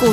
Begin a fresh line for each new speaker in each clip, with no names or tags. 股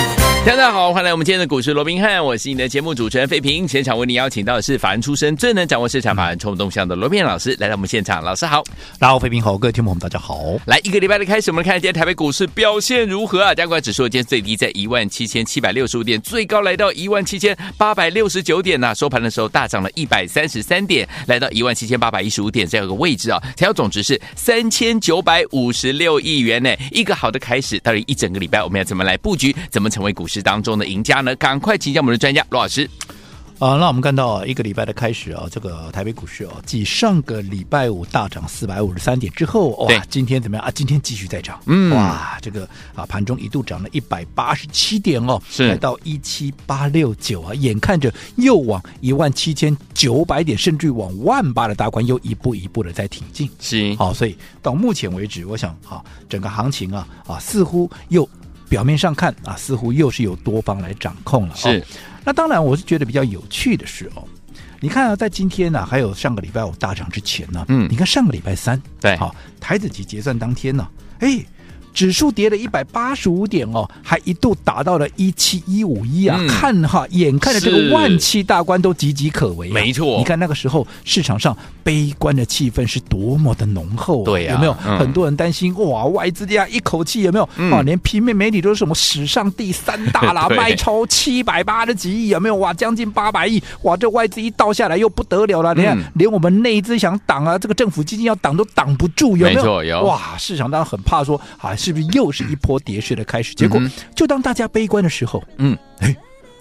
大家好，欢迎来我们今天的股市罗宾汉，我是你的节目主持人费平。现场为您邀请到的是法案出身、最能掌握市场法案冲动向的罗宾汉老师来到我们现场，老师好。
大家好，飞平好，各位听众朋友们，大家好。
来一个礼拜的开始，我们看今天台北股市表现如何啊？加权指数今天最低在一万七千七百六十五点，最高来到一万七千八百六十九点呐、收盘的时候大涨了一百三十三点，来到一万七千八百一十五点这样一个位置啊。成交总值是三千九百五十六亿元呢。一个好的开始，到底一整个礼拜我们要怎么来布局？怎么成为股市当中的赢家呢？赶快请教我们的专家罗老师。
啊、那我们看到啊一个礼拜的开始啊，这个台北股市哦、继上个礼拜五大涨四百五十三点之后，
对
哇，今天怎么样啊？今天继续再涨，
嗯
哇，这个啊，盘中一度涨了一百八十七点哦，
是
来到一七八六九啊，眼看着又往一万七千九百点，甚至于往万八的大关又一步一步的在挺进。
是
好，所以到目前为止，我想啊，整个行情啊啊，似乎又表面上看啊，似乎又是由多方来掌控了、哦。
是，
那当然，我是觉得比较有趣的是哦。你看啊，在今天呢、还有上个礼拜五大涨之前呢、
嗯
你看上个礼拜三，
对
好、台子期结算当天呢、哎，指数跌了一百八十五点哦，还一度达到了一七一五一啊，
嗯
看哈，眼看着这
是
个万七大关都岌岌可危、啊，
没错
你看那个时候市场上悲观的气氛是多么的浓厚、啊，
对啊
有没有？
嗯
很多人担心哇，外资这样一口气有没有？
嗯
啊，连平面媒体都是什么史上第三大 啦，
对
卖超七百八十几亿，有没有？哇，将近八百亿，哇，这外资一倒下来又不得了了，你看、
嗯
连我们内资想挡啊，这个政府基金要挡都挡不住，有没
没
有？
错有
哇，市场当然很怕说啊，是不是又是一波跌势的开始？结果、
嗯哼
就当大家悲观的时候，
嗯，
哎，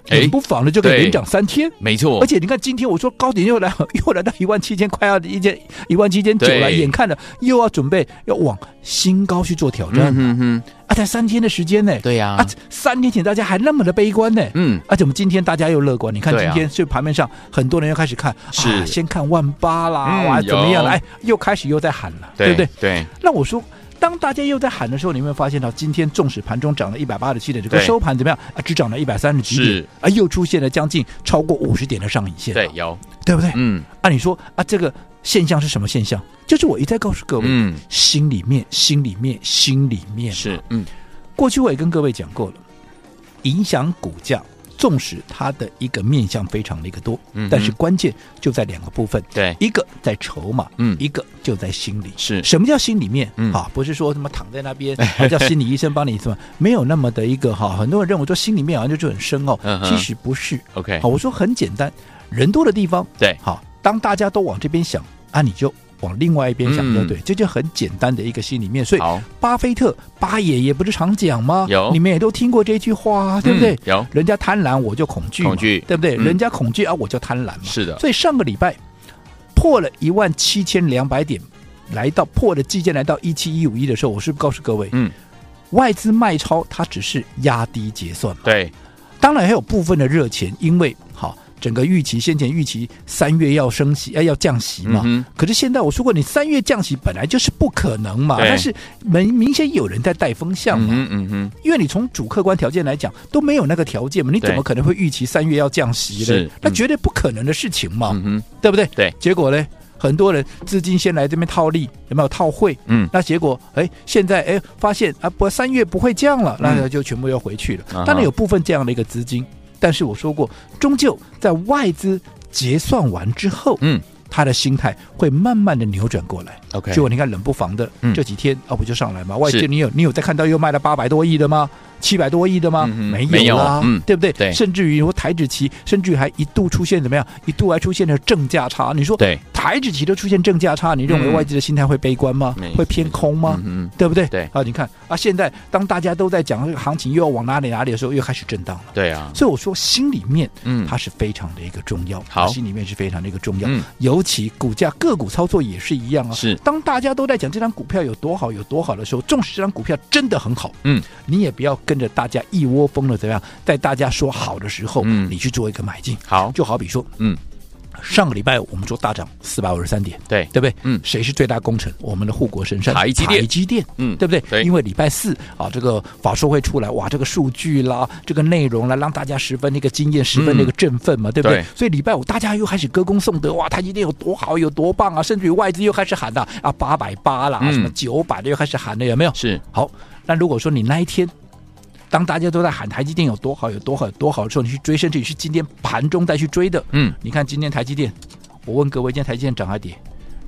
哎
冷不防的就可以
对哦
连涨三天。
没错
而，且你看，今天我说高点又来 又来到一万七千，快要一千一万七千九了，
对
眼看着又要准备要往新高去做挑战、
嗯哼哼，
啊！才三天的时间呢，
对呀、
啊，三天前大家还那么的悲观呢，
嗯，
而且我们今天大家又乐观，你看
对
今
啊
天所以盘面上很多人又开始看，
是
啊、先看万八啦，
嗯
哇怎么样了？
有
哎，又开始又在喊了，对不对？
对，
那我说，当大家又在喊的时候，你会发现到今天纵使盘中涨了一百八十七点，这个
对
收盘怎么样啊？只涨了一百三十几点
是，
啊，又出现了将近超过五十点的上影线，
对，有，
对不对？
嗯
按理说啊，这个现象是什么现象？就是我一再告诉各位，
嗯，
心里面、心里面、心里面。
是，嗯，
过去我也跟各位讲过了，影响股价，纵使它的一个面向非常的一个多，
嗯哼
但是关键就在两个部分，
对，
一个在筹码，
嗯
一个就在心里。
是
什么叫心里面？
嗯
啊，不是说什么躺在那边， 啊、叫心理医生帮你什么，没有那么的一个哈、很多人认为说心里面好像就是很深奥、
嗯哼
其实不是。
OK，
好，我说很简单，人多的地方，
对
好，当大家都往这边想，啊，你就往另外一边想，
嗯
对不对？这就很简单的一个心里面。所以，
好，
巴菲特巴爷爷不是常讲吗？
有
你们也都听过这句话啊，对不对？
嗯有，
人家贪婪我就恐惧嘛，
恐惧
对不对？
嗯
人家恐惧啊，我就贪婪嘛。
是的，
所以上个礼拜破了一万七千两百点，来到破了季线来到一七一五一的时候，我是不是告诉各位，
嗯，
外资卖超它只是压低结算嘛？
对，
当然还有部分的热钱，因为好整个预期先前预期三月要升息，哎、要降息嘛。
嗯哼
可是现在我说过，你三月降息本来就是不可能嘛，
对
但是明明显有人在带风向
嗯
嘛，
哼嗯哼，
因为你从主客观条件来讲都没有那个条件嘛，你怎
对
么可能会预期三月要降息
是
呢
嗯？
那绝对不可能的事情嘛，
嗯哼，
对不对？
对，
结果呢，很多人资金先来这边套利，有没有套汇？
嗯，
那结果哎，现在哎发现啊，不三月不会降了，
嗯
那就全部又回去了。
啊哈
当然有部分这样的一个资金，但是我说过，终究在外资结算完之后，
嗯，
他的心态会慢慢的扭转过来。
OK，
结果你看冷不防的、
嗯
这几天啊，不就上来吗？外
是
资你有你有在看到又卖了八百多亿的吗？七百多亿的吗？
嗯哼
没有
没有
啦，
嗯
对不对？
对
甚至于说台指期，甚至于还一度出现怎么样？一度还出现了正价差。你说
对，
台指期都出现正价差，你认为
嗯
外资的心态会悲观吗？
没
会偏空吗？
嗯嗯，
对不对？
对
啊，你看啊，现在当大家都在讲这个行情又要往哪里哪里的时候，又开始震荡了。
对啊，
所以我说，心里面
嗯，
它是非常的一个重要，
好
心里面是非常的一个重要。
嗯
尤其股价个股操作也是一样啊。
是
当大家都在讲这张股票有多好有多好的时候，纵使这张股票真的很好，
嗯，
你也不要跟着大家一窝蜂的怎么样，在大家说好的时候，
嗯
你去做一个买进。
好，
就好比说，
嗯，
上个礼拜我们说大涨四百五十三点，
对
对不对？
嗯
谁是最大功臣？我们的护国神山
台积电
台积电，
嗯
对不对？
对
因为礼拜四啊，这个法说会出来，哇，这个数据啦，这个内容啦，让大家十分那个惊艳，十分那个振奋嘛，对不对？
嗯对
所以礼拜五大家又开始歌功颂德，哇，台积电有多好，有多棒啊！甚至于外资又开始喊了啊，八百八啦，
嗯
什么九百的又开始喊了，有没有？
是
好，那如果说你那一天。当大家都在喊台积电有多好、有多好、有多好的时候，你去追，甚至于是今天盘中再去追的，
嗯，
你看今天台积电，我问各位，今天台积电涨还跌？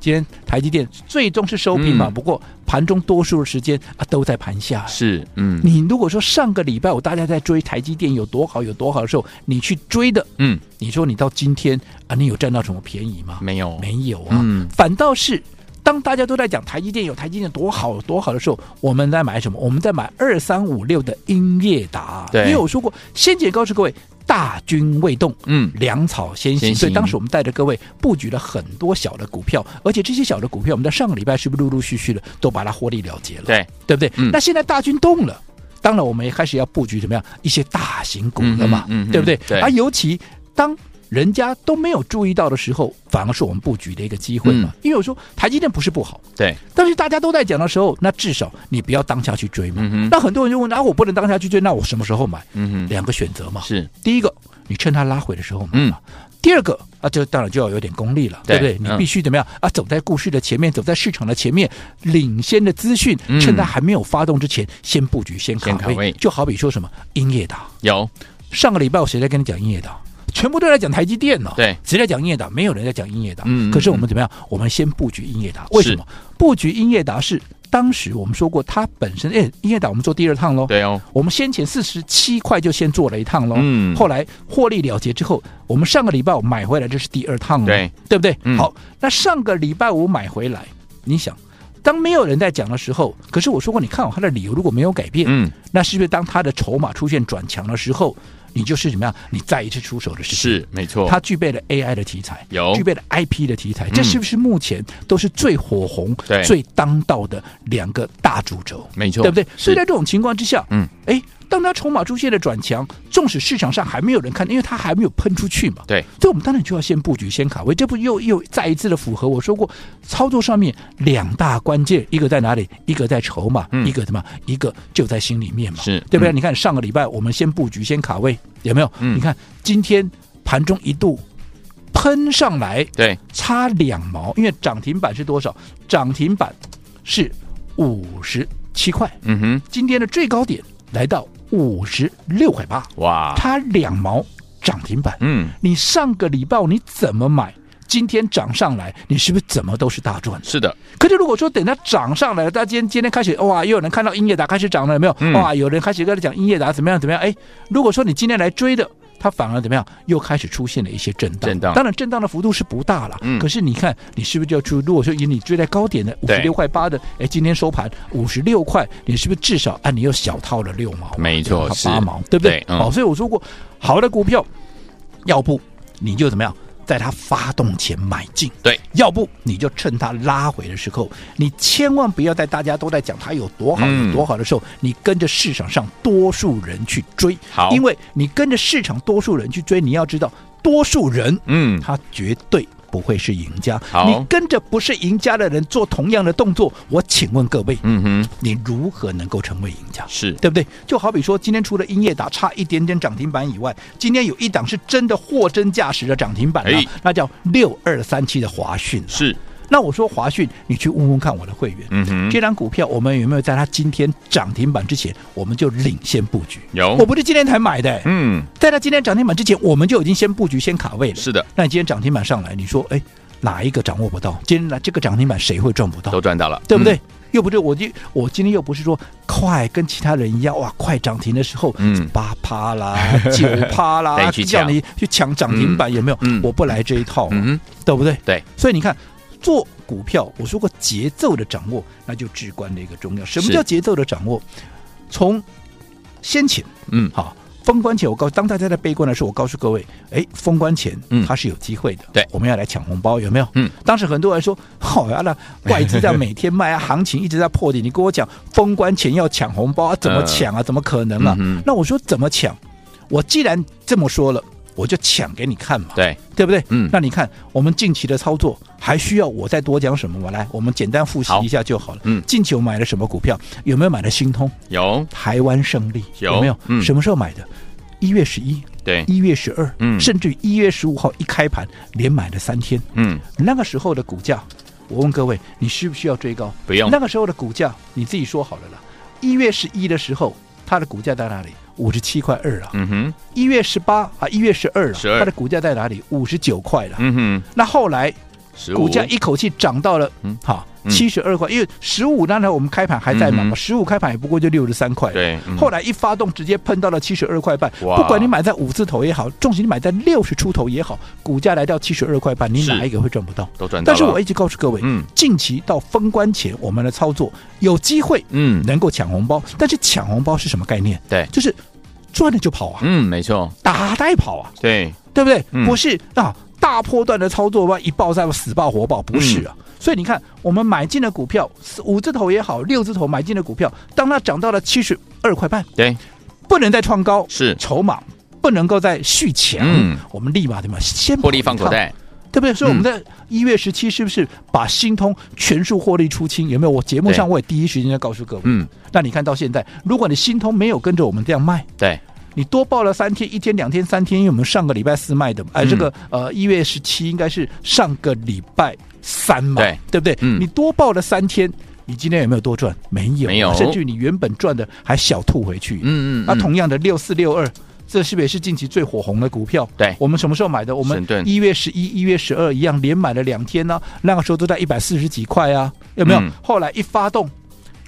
今天台积电最终是收平嘛？
嗯
不过盘中多数的时间啊都在盘下。
是嗯
你如果说上个礼拜我大家在追台积电有多好有多好的时候，你去追的，
嗯，
你说你到今天啊，你有占到什么便宜吗？
没有
没有啊，
嗯
反倒是当大家都在讲台积电有台积电多好多好的时候，我们在买什么？我们在买二三五六的英业达。
对
因为我说过，先前告诉各位，大军未动，
嗯
粮草先
先
行。
行
所以当时我们带着各位布局了很多小的股票，而且这些小的股票，我们在上个礼拜是不是陆陆续续的都把它获利了结了？
对，
对不对？
嗯
那现在大军动了，当然我们也开始要布局怎么样一些大型股了嘛，
嗯哼嗯哼
对不对？
对
而尤其当人家都没有注意到的时候，反而是我们布局的一个机会嘛。
嗯
因为我说台积电不是不好，
对，
但是大家都在讲的时候，那至少你不要当下去追嘛。
嗯哼
那很多人就问，啊，我不能当下去追，那我什么时候买？
嗯
两个选择嘛
哼，，是
第一个，你趁它拉回的时候买
嗯
嘛。第二个啊，就当然就要有点功力了，
对
对不对？
嗯
你必须怎么样、啊？走在故事的前面，走在市场的前面，领先的资讯
嗯，
趁它还没有发动之前，先布局，先卡位。
先卡位
就好比说什么英业达，
有
上个礼拜我谁在跟你讲英业达？全部都在讲台积电呢、
对
谁在讲英业达？没有人在讲英业达。
嗯嗯
可是我们怎么样？我们先布局英业达，为什么？布局英业达是当时我们说过，它本身哎，英业达我们做第二趟喽，
对哦，
我们先前四十七块就先做了一趟喽，
嗯
后来获利了结之后，我们上个礼拜五买回来，这是第二趟了，
对
对不对？
嗯
好，那上个礼拜五买回来，你想，当没有人在讲的时候，可是我说过，你看好它的理由如果没有改变，
嗯
那是不是当它的筹码出现转强的时候，你就是怎么样？你再一次出手的事情。
是没错，
它具备了 AI 的题材，
有嗯
具备了 IP 的题材，这是不是目前都是最火红、
对
最当道的两个大主轴？
没错，
对不对？所以在
是
这种情况之下，
嗯，
哎，当它筹码出现了转强，纵使市场上还没有人看，因为它还没有喷出去嘛，
对，
所以我们当然就要先布局、先卡位。这不又又再一次的符合我说过，操作上面两大关键，一个在哪里？一个在筹码，
嗯
一个什么？一个就在心里面嘛，
是
对不对？
嗯
你看上个礼拜我们先布局、先卡位，有没有？
嗯
你看今天盘中一度喷上来，
对
差两毛，因为涨停板是多少？涨停板是五十七块，
嗯哼，
今天的最高点来到五十六块八，
哇，
差两毛涨停板。
嗯
你上个礼拜你怎么买？今天涨上来，你是不是怎么都是大赚？
是的，
可是如果说等它涨上来了，大家今天今天开始哇，又有人看到英业达开始涨了，有没有？
嗯
哇，有人开始跟他讲英业达怎么样怎么样？哎，如果说你今天来追的。它反而怎么样？又开始出现了一些震荡。
震荡
当然震荡的幅度是不大了。
嗯
可是你看，你是不是就要出？如果说以你追在高点的五
对
十六块八的，哎，今天收盘五十六块，你是不是至少啊？你又小套了六毛啊，
没错
六毛
是
八毛，对不对
对？嗯
好，所以我说过，好的股票，要不你就怎么样，在它发动前买进。
对，
要不你就趁它拉回的时候，你千万不要在大家都在讲它有多好、
嗯
有多好的时候，你跟着市场上多数人去追。
好
因为你跟着市场多数人去追，你要知道，多数人
嗯
他绝对不会是赢家。
好
你跟着不是赢家的人做同样的动作，我请问各位，
嗯哼，
你如何能够成为赢家？
是
对不对？就好比说，今天除了英业达差一点点涨停板以外，今天有一档是真的货真价实的涨停板了、
哎
那叫六二三七的华讯、啊。
是，
那我说华讯，你去问问看我的会员，
嗯哼，
这档股票我们有没有在它今天涨停板之前，我们就领先布局？
有
我不是今天才买的、
哦嗯
在它今天涨停板之前，我们就已经先布局、先卡位了。
是的，
那你今天涨停板上来，你说，哎，哪一个掌握不到？今天来这个涨停板谁会赚不到
都？赚到了，
对不对？
嗯？
又不是我今我今天又不是说快跟其他人一样哇，快涨停的时候，
嗯
八趴 啦、九趴
带
啦，
你去
叫
抢
你去抢涨停板，有没有？
嗯
我不来这一套嘛，啊
嗯哼，
对不对？
对，
所以你看，做股票，我说过节奏的掌握，那就至关的一个重要。什么
是
叫节奏的掌握？从先前
嗯
好。封关前，我告当大家在悲观的时候，我告诉各位，哎，封关前
嗯
它是有机会的，
对
我们要来抢红包，有没有？
嗯，
当时很多人说，好、呀，那外资在每天卖啊，行情一直在破底，你跟我讲封关前要抢红包、啊，怎么抢啊？怎么可能啊？
嗯哼
那我说怎么抢？我既然这么说了，我就抢给你看嘛，
对，
对不对？
嗯
那你看我们近期的操作，还需要我再多讲什么吗？来，我们简单复习
好
一下就好了。
嗯
近期我买了什么股票？有没有买了新通、
有，
台湾胜利？
有
没有？
嗯
什么时候买的？一月十一、
对，
一月十二，
嗯
甚至于一月十五号一开盘，连买了三天。
嗯，
那个时候的股价，我问各位，你需不需要追高？
不用
那个时候的股价，你自己说好了啦。一月十一的时候，它的股价在哪里？五十七块二啊。
嗯哼，
一月十八啊，一月十二了，
12
它的股价在哪里？五十九块了。
嗯哼，
那后来
十
股价一口气涨到了
嗯
好
嗯
七十二块，因为十五当然我们开盘还在买
嗯
嘛，
哼
十五开盘也不过就六十三块。
对嗯
后来一发动直接喷到了七十二块半。
哇
不管你买在五字头也好，纵使你买在六十出头也好，股价来到七十二块半，你
是
哪一个会赚不到？
都赚到
但
了，
是我一直告诉各位，
嗯
近期到封关前，我们的操作有机会
嗯
能够抢红包，但是抢红包是什么概念？
对
就是赚了就跑啊，
嗯，没错，
打带跑啊，
对，
对不对？
嗯
不是啊，大波段的操作吧，一爆再死爆活爆，不是
嗯
啊。所以你看，我们买进的股票，五字头也好，六字头买进的股票，当它涨到了七十二块半，
对，
不能再创高，
是
筹码不能够再续强，
嗯
我们立马怎么样先
获利放口
跑一趟
袋，嗯
对不对？所以我们在一月十七是不是把新通全数获利出清？有没有？我节目上我也第一时间就告诉各位。
嗯，
那你看到现在，如果你新通没有跟着我们这样卖，
对，
你多报了三天，一天、两天、三天，因为我们上个礼拜四卖的嘛，哎、
嗯
这个呃一月十七应该是上个礼拜三嘛，
对
不对？
嗯
你多报了三天，你今天有没有多赚？没有啊，
没有
甚至于你原本赚的还小吐回去。
嗯嗯，
那
嗯
同样的六四六二。这是不是也是近期最火红的股票？
对
我们什么时候买的？我们
神盾
一月十一、一月十二一样连买了两天呢、那个时候都在一百四十几块啊，有没有？
嗯
后来一发动，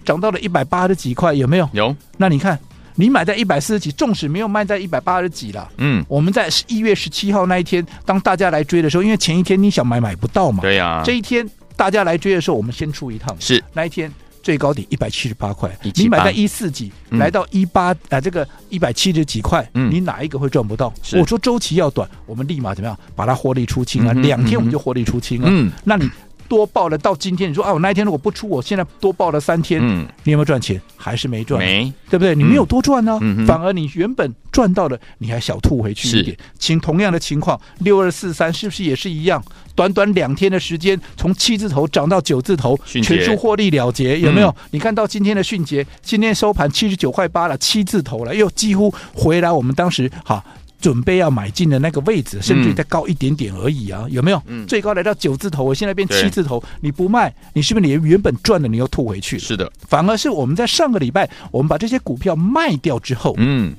涨到了一百八十几块，有没有？
有，
那你看，你买在一百四十几，纵使没有卖在一百八十几了，
嗯，
我们在一月十七号那一天，当大家来追的时候，因为前一天你想买买不到嘛，
对啊呀，
这一天大家来追的时候，我们先出一趟，
是
那一天。最高点一百七十八块，
178
你买在一四几，
嗯
来到一八啊，这个一百七十几块，
嗯
你哪一个会赚不到？
是
我说周期要短，我们立马怎么样把它获利出清啊？
嗯哼
两天我
嗯
们
哼
就获利出清啊。
嗯
那你多报了到今天，你说啊，我那一天如果不出，我现在多报了三天，
嗯，
你有没有赚钱？还是没赚？
没，
对不对？你没有多赚呢、啊
嗯哼
反而你原本赚到了，你还小吐回去一点。请同样的情况，六二四三是不是也是一样？短短两天的时间，从七字头涨到九字头，
迅
全
捷嗯
数获利了结，有没有？你看到今天的迅捷，今天收盘七十九块八了，七字头了，又几乎回来我们当时哈。准备要买进的那个位置，甚至于再高一点点而已啊，有没有？
嗯
最高来到九字头，我现在变
对
七字头，你不卖，你是不是连原本赚的你又吐回去了？
是的，
反而是我们在上个礼拜，我们把这些股票卖掉之后，
嗯，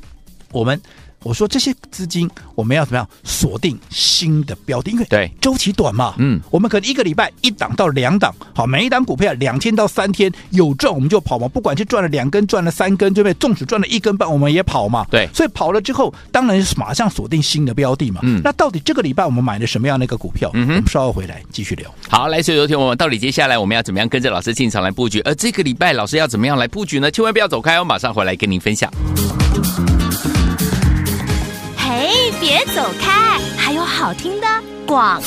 我们我说这些资金我们要怎么样锁定新的标的？因为
对
周期短嘛，
嗯
我们可能一个礼拜一档到两档，好，每一档股票两天到三天有赚我们就跑嘛，不管是赚了两根、赚了三根，对不对？纵使赚了一根半，我们也跑嘛。
对
所以跑了之后，当然是马上锁定新的标的嘛。
嗯
那到底这个礼拜我们买了什么样的一个股票？
嗯哼
我们稍后回来继续聊。
好，来，所以有听我们到底接下来我们要怎么样跟着老师进场来布局？而这个礼拜老师要怎么样来布局呢？千万不要走开哦，马上回来跟您分享。
嘿，别走开，还有好听的广。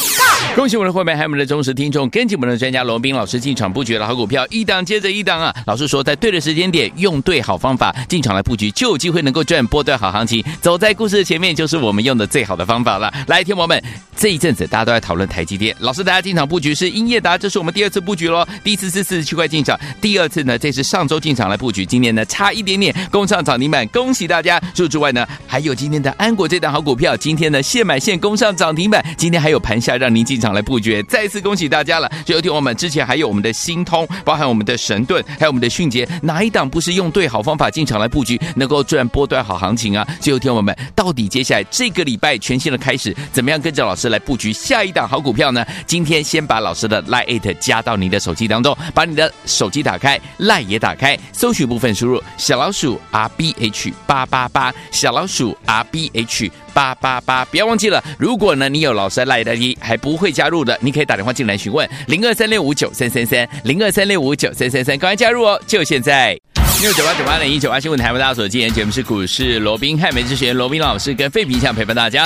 恭喜我们的会员，还有我们的忠实听众，跟紧我们的专家罗斌老师进场布局的好股票，一档接着一档啊！老师说，在对的时间点，用对好方法进场来布局，就有机会能够赚波段好行情。走在故事的前面，就是我们用的最好的方法了。来，天王们，这一阵子大家都在讨论台积电，老师，大家进场布局是英业达，这是我们第二次布局喽。第一次是四十七块进场，第二次呢，这是上周进场来布局，今年呢差一点点攻上涨停板，恭喜大家！除此之外呢，还有今天的安国这档好股票，今天呢现买现攻上涨停板，今天还有盘下让您进场来布局，再次恭喜大家了。所以有听我们之前还有我们的新通，包含我们的神盾，还有我们的迅捷，哪一档不是用对好方法进场来布局，能够赚波段好行情啊？所以有听我们到底接下来这个礼拜全新的开始，怎么样跟着老师来布局下一档好股票呢？今天先把老师的 Line It 加到您的手机当中，把你的手机打开，Line 也打开，搜寻部分输入小老鼠 R B H 八八八，小老鼠 R B H 八八八，不要忘记了。如果呢你有老师的 Line 的一还不会加入的，你可以打电话进来询问零二三六五九三三三零二三六五九三三三，赶快加入哦，就现在。六九八九八零一九八新闻台为大家所进行的节目是股市罗宾汉，每次学罗宾老师跟费平相陪伴大家。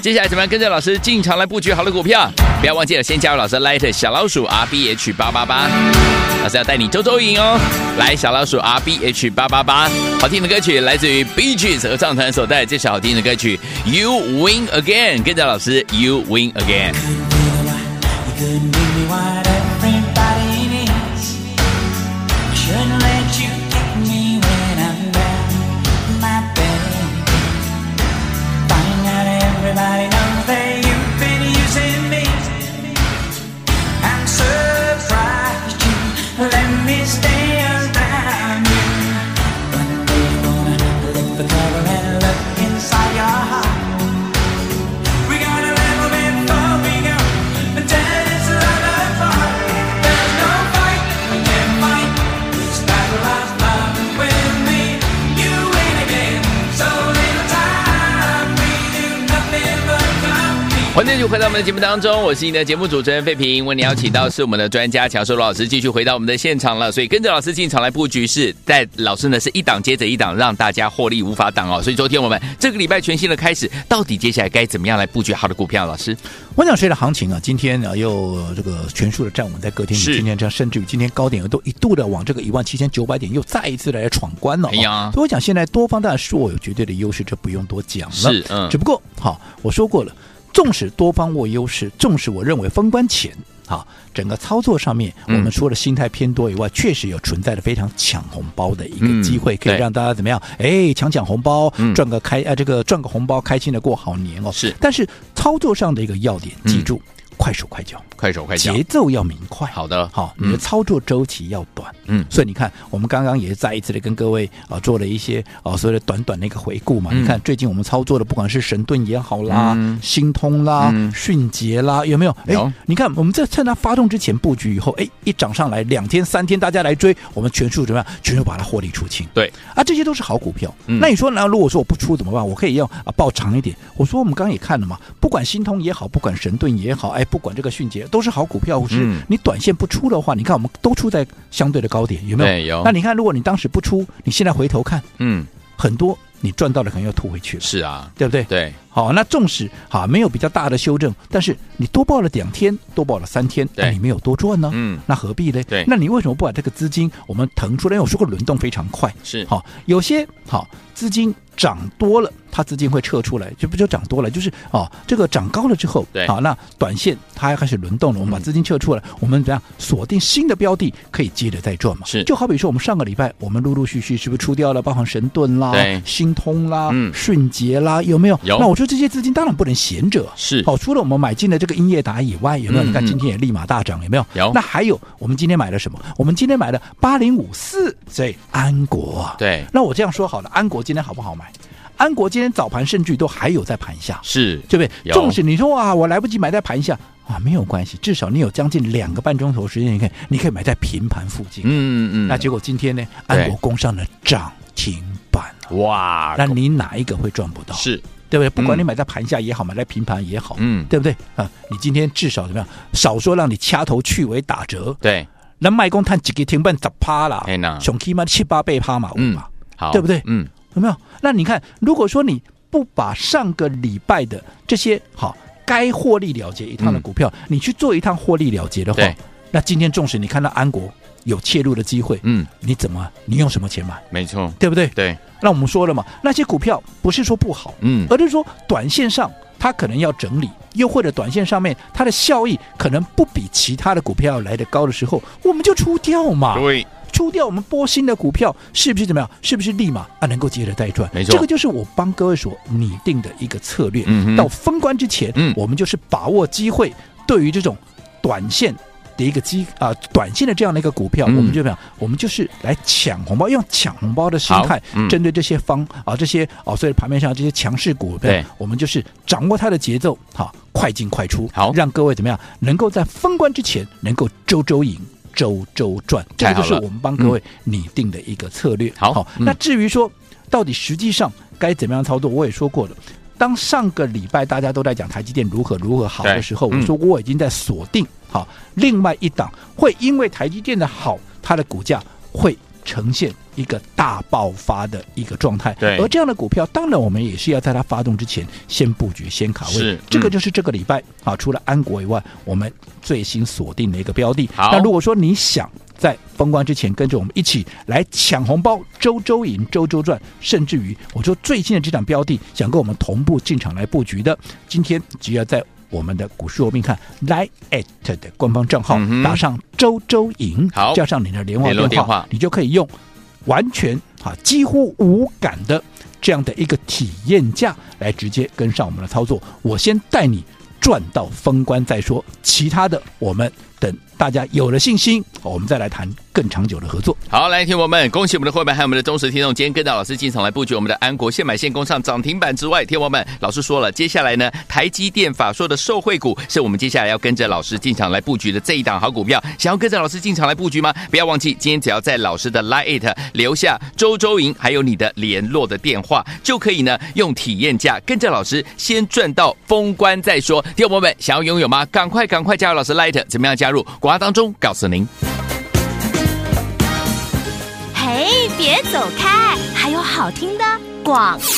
接下来怎么样跟着老师进场来布局好的股票？不要忘记了，先加入老师 Light 小老鼠 R B H 八八八，老师要带你周周赢哦。来，小老鼠 R B H 八八八，好听的歌曲来自于 Bee Gees 合唱团所带来这首好听的歌曲《You Win Again》，跟着老师 You Win Again。
You couldn't give me what everybody needs. I shouldn't let you get me when I'm down, my baby. Find out everybody knows that you've been using me. I'm surprised you let me stay around you. One day you're gonna lift the cover and look inside your heart. We got a little bit before we go and tear this love apart. There's no fight, we can't fight. This battle of love with me, you win again. So little time, we do nothing but compete.
欢迎继续回到我们的节目当中，我是你的节目主持人费平。为你邀请到是我们的专家乔硕罗老师，继续回到我们的现场了。所以跟着老师进场来布局是，在老师呢是一档接着一档，让大家获利无法挡哦。所以昨天我们这个礼拜全新的开始，到底接下来该怎么样来布局好的股票？老师，
我想随着行情啊，今天呢又这个全数的站稳在隔天，
是
今天这样，甚至于今天高点都一度的往这个一万七千九百点又再一次来闯关了、哦。
哎呀
所以我讲现在多方当然是我有绝对的优势，这不用多讲了。
是嗯
只不过好，我说过了，纵使多方握优势，纵使我认为封关前。好，整个操作上面，我
嗯
们除了心态偏多以外，确实有存在的非常抢红包的一
嗯
个机会，可以
对
让大家怎么样？哎，抢抢红包
嗯，
赚个开啊、这个赚个红包，开心的过好年哦。
是
但是操作上的一个要点，
嗯
记住、快手快脚，
快手快脚，
节奏要明快。
好的
好，
嗯
你的操作周期要短。
嗯
所以你看，我们刚刚也再一次的跟各位啊、做了一些啊、所谓的短短的一个回顾嘛。
嗯
你看最近我们操作的，不管是神盾也好啦，
嗯
星通啦、
嗯
迅捷啦，有没有？哎
有，
你看我们在趁它发动之前布局以后，哎，一涨上来两天三天大家来追，我们全数怎么样？全数把它获利出清。
对
啊，这些都是好股票。
嗯
那你说，那如果说我不出怎么办？我可以用啊报长一点。我说我们刚刚也看了嘛，不管新通也好，不管神盾也好，哎，不管这个迅捷，都是好股票。是
嗯
你短线不出的话，你看我们都出在相对的高点，有没有？
对哎有
那你看，如果你当时不出，你现在回头看，
嗯，
很多你赚到的可能要吐回去了，
是啊，
对不对？
对，
好，那纵使好没有比较大的修正，但是你多报了两天，多报了三天，
对
那你没有多赚呢，
嗯，
那何必呢？
对
那你为什么不把这个资金我们腾出来？因为我说过轮动非常快，
是
好，有些好资金涨多了，它资金会撤出来，这不就涨多了？就是哦，这个涨高了之后
对，嗯
好，那短线它要开始轮动了，我们把资金撤出来，我们怎样锁定新的标的，可以接着再赚嘛？
是
就好比说我们上个礼拜，我们陆陆续续是不是出掉了，包含神盾啦
对、
星通啦、
嗯
迅捷啦，有没有？
有
那我说这些资金当然不能闲着啊，
是
哦，除了我们买进了这个英业达以外，有没有？
嗯
你看
嗯
今天也立马大涨，有没有？
有
那还有，我们今天买了什么？我们今天买了八零五四，所以安国啊。
对
那我这样说好了，安国今天好不好买？安国今天早盘甚至都还有在盘下，
是，
对不对？
有
纵使你说啊，我来不及买在盘下啊，没有关系，至少你有将近两个半钟头时间，你看你可以买在平盘附近。
嗯嗯
那结果今天呢，
对
安国攻上了涨停板啊
哇，
那你哪一个会赚不到？
是
对不对？不管
嗯
你买在盘下也好，买在平盘也好，
嗯
对不对啊？你今天至少怎么样？少说让你掐头去尾打折，
对，
那卖工探几个停板十趴啦
嘿呐，
熊 K 嘛七八倍趴嘛，五
哎嗯
嘛，，
好，
对不对
嗯，
有没有？那你看，如果说你不把上个礼拜的这些好该获利了结一趟的
嗯
股票，你去做一趟获利了结的话
对，
那今天纵使你看到安国有切入的机会，
嗯，
你怎么你用什么钱买？
没错，
对不对？
对，
那我们说了嘛，那些股票不是说不好，
嗯，
而是说短线上它可能要整理，又或者短线上面它的效益可能不比其他的股票要来得高的时候，我们就出掉嘛。
对，
出掉我们波新的股票，是不是怎么样？是不是立马啊能够接着再赚？
没错
这个就是我帮各位所拟定的一个策略。
嗯哼
到封关之前，
嗯
我们就是把握机会，对于这种短线。的一个机啊、短线的这样的一个股票，
嗯
我们就怎么样？我们就是来抢红包，用抢红包的心态
好，嗯
针对这些方啊、这些啊，所以盘面上这些强势股，
对
我们就是掌握它的节奏，好，快进快出，
好
让各位怎么样，能够在封关之前能够周周赢，周周赚，这
太
个
好
就
了
是我们帮各位拟定的一个策略。
好嗯
那至于说到底实际上该怎么样操作，我也说过了。当上个礼拜大家都在讲台积电如何如何好
对
的时候，
嗯
我说我已经在锁定好另外一档，会因为台积电的好，它的股价会呈现一个大爆发的一个状态。
对
而这样的股票，当然我们也是要在它发动之前先布局、先卡位。
是嗯
这个就是这个礼拜啊，除了安国以外，我们最新锁定的一个标的。
好
那如果说你想。在封关之前，跟着我们一起来抢红包，周周赢，周周赚，甚至于我说最近的这档标的，想跟我们同步进场来布局的，今天只要在我们的股市罗宾看 Line at 的官方账号、
嗯哼
打上周周赢，
好
加上你的联网
联
电
络电
话，
话
你就可以用完全啊几乎无感的这样的一个体验价来直接跟上我们的操作。我先带你赚到封关再说，其他的我们等大家有了信心，我们再来谈更长久的合作。
好，来，听众朋友们，恭喜我们的会员还有我们的忠实听众，今天跟着老师进场来布局我们的安国现买现攻上涨停板之外，听众朋友们，老师说了，接下来呢，台积电法说的受惠股是我们接下来要跟着老师进场来布局的这一档好股票，想要跟着老师进场来布局吗？不要忘记，今天只要在老师的 Line It 留下周周莹还有你的联络的电话，就可以呢用体验价跟着老师先赚到封关再说。听众朋友们，想要拥有吗？赶快赶快加入老师 Light，怎么样加入？广告当中告诉您。
嘿，别走开，还有好听的广。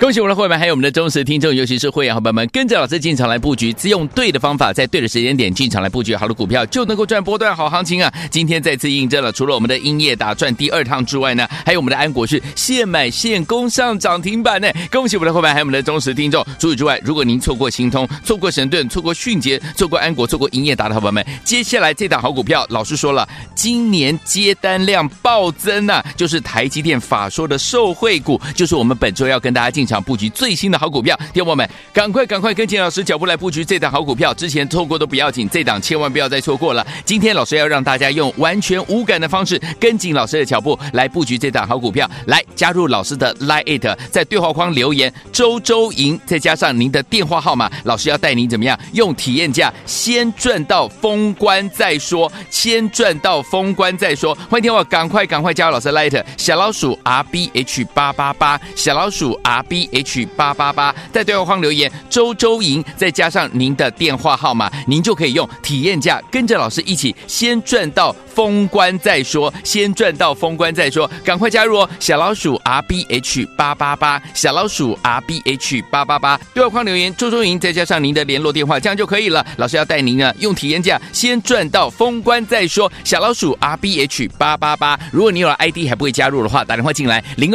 恭喜我们的会员，还有我们的忠实听众，尤其是会员好朋友们，跟着老师进场来布局，只用对的方法，在对的时间点进场来布局好的股票，就能够赚波段好行情啊！今天再次印证了，除了我们的英业达赚第二趟之外呢，还有我们的安国是现买现攻上涨停板呢！恭喜我们的会员，还有我们的忠实听众。除此之外，如果您错过新通、错过神盾、错过迅捷、错过安国、错过英业达的好朋友们，接下来这档好股票，老师说了，今年接单量暴增呐、就是台积电法说的受惠股，就是我们本周要跟大家进场布局最新的好股票。听众朋友们，赶快赶快跟金老师脚步来布局这档好股票，之前错过都不要紧，这档千万不要再错过了。今天老师要让大家用完全无感的方式，跟紧老师的脚步来布局这档好股票，来加入老师的 Line It，在对话框留言周周赢，再加上您的电话号码，老师要带您怎么样用体验价先赚到封关再说，先赚到封关再说。欢迎听我赶快赶快加入老师 Light 小老鼠 R B H 八八八小老鼠 R B H 八八八，在对话框留言周周赢，再加上您的电话号码，您就可以用体验价跟着老师一起先赚到封关再说，先赚到封关再说，赶快加入哦！小老鼠 R B H 八八八，小老鼠 R B H 八八八，对话框留言周周赢，再加上您的联络电话，这样就可以了。老师要带您呢用体验价先赚到封关再说，小老鼠 R B H 八八八。如果你有了 ID 还不会加入的话，打电话进来零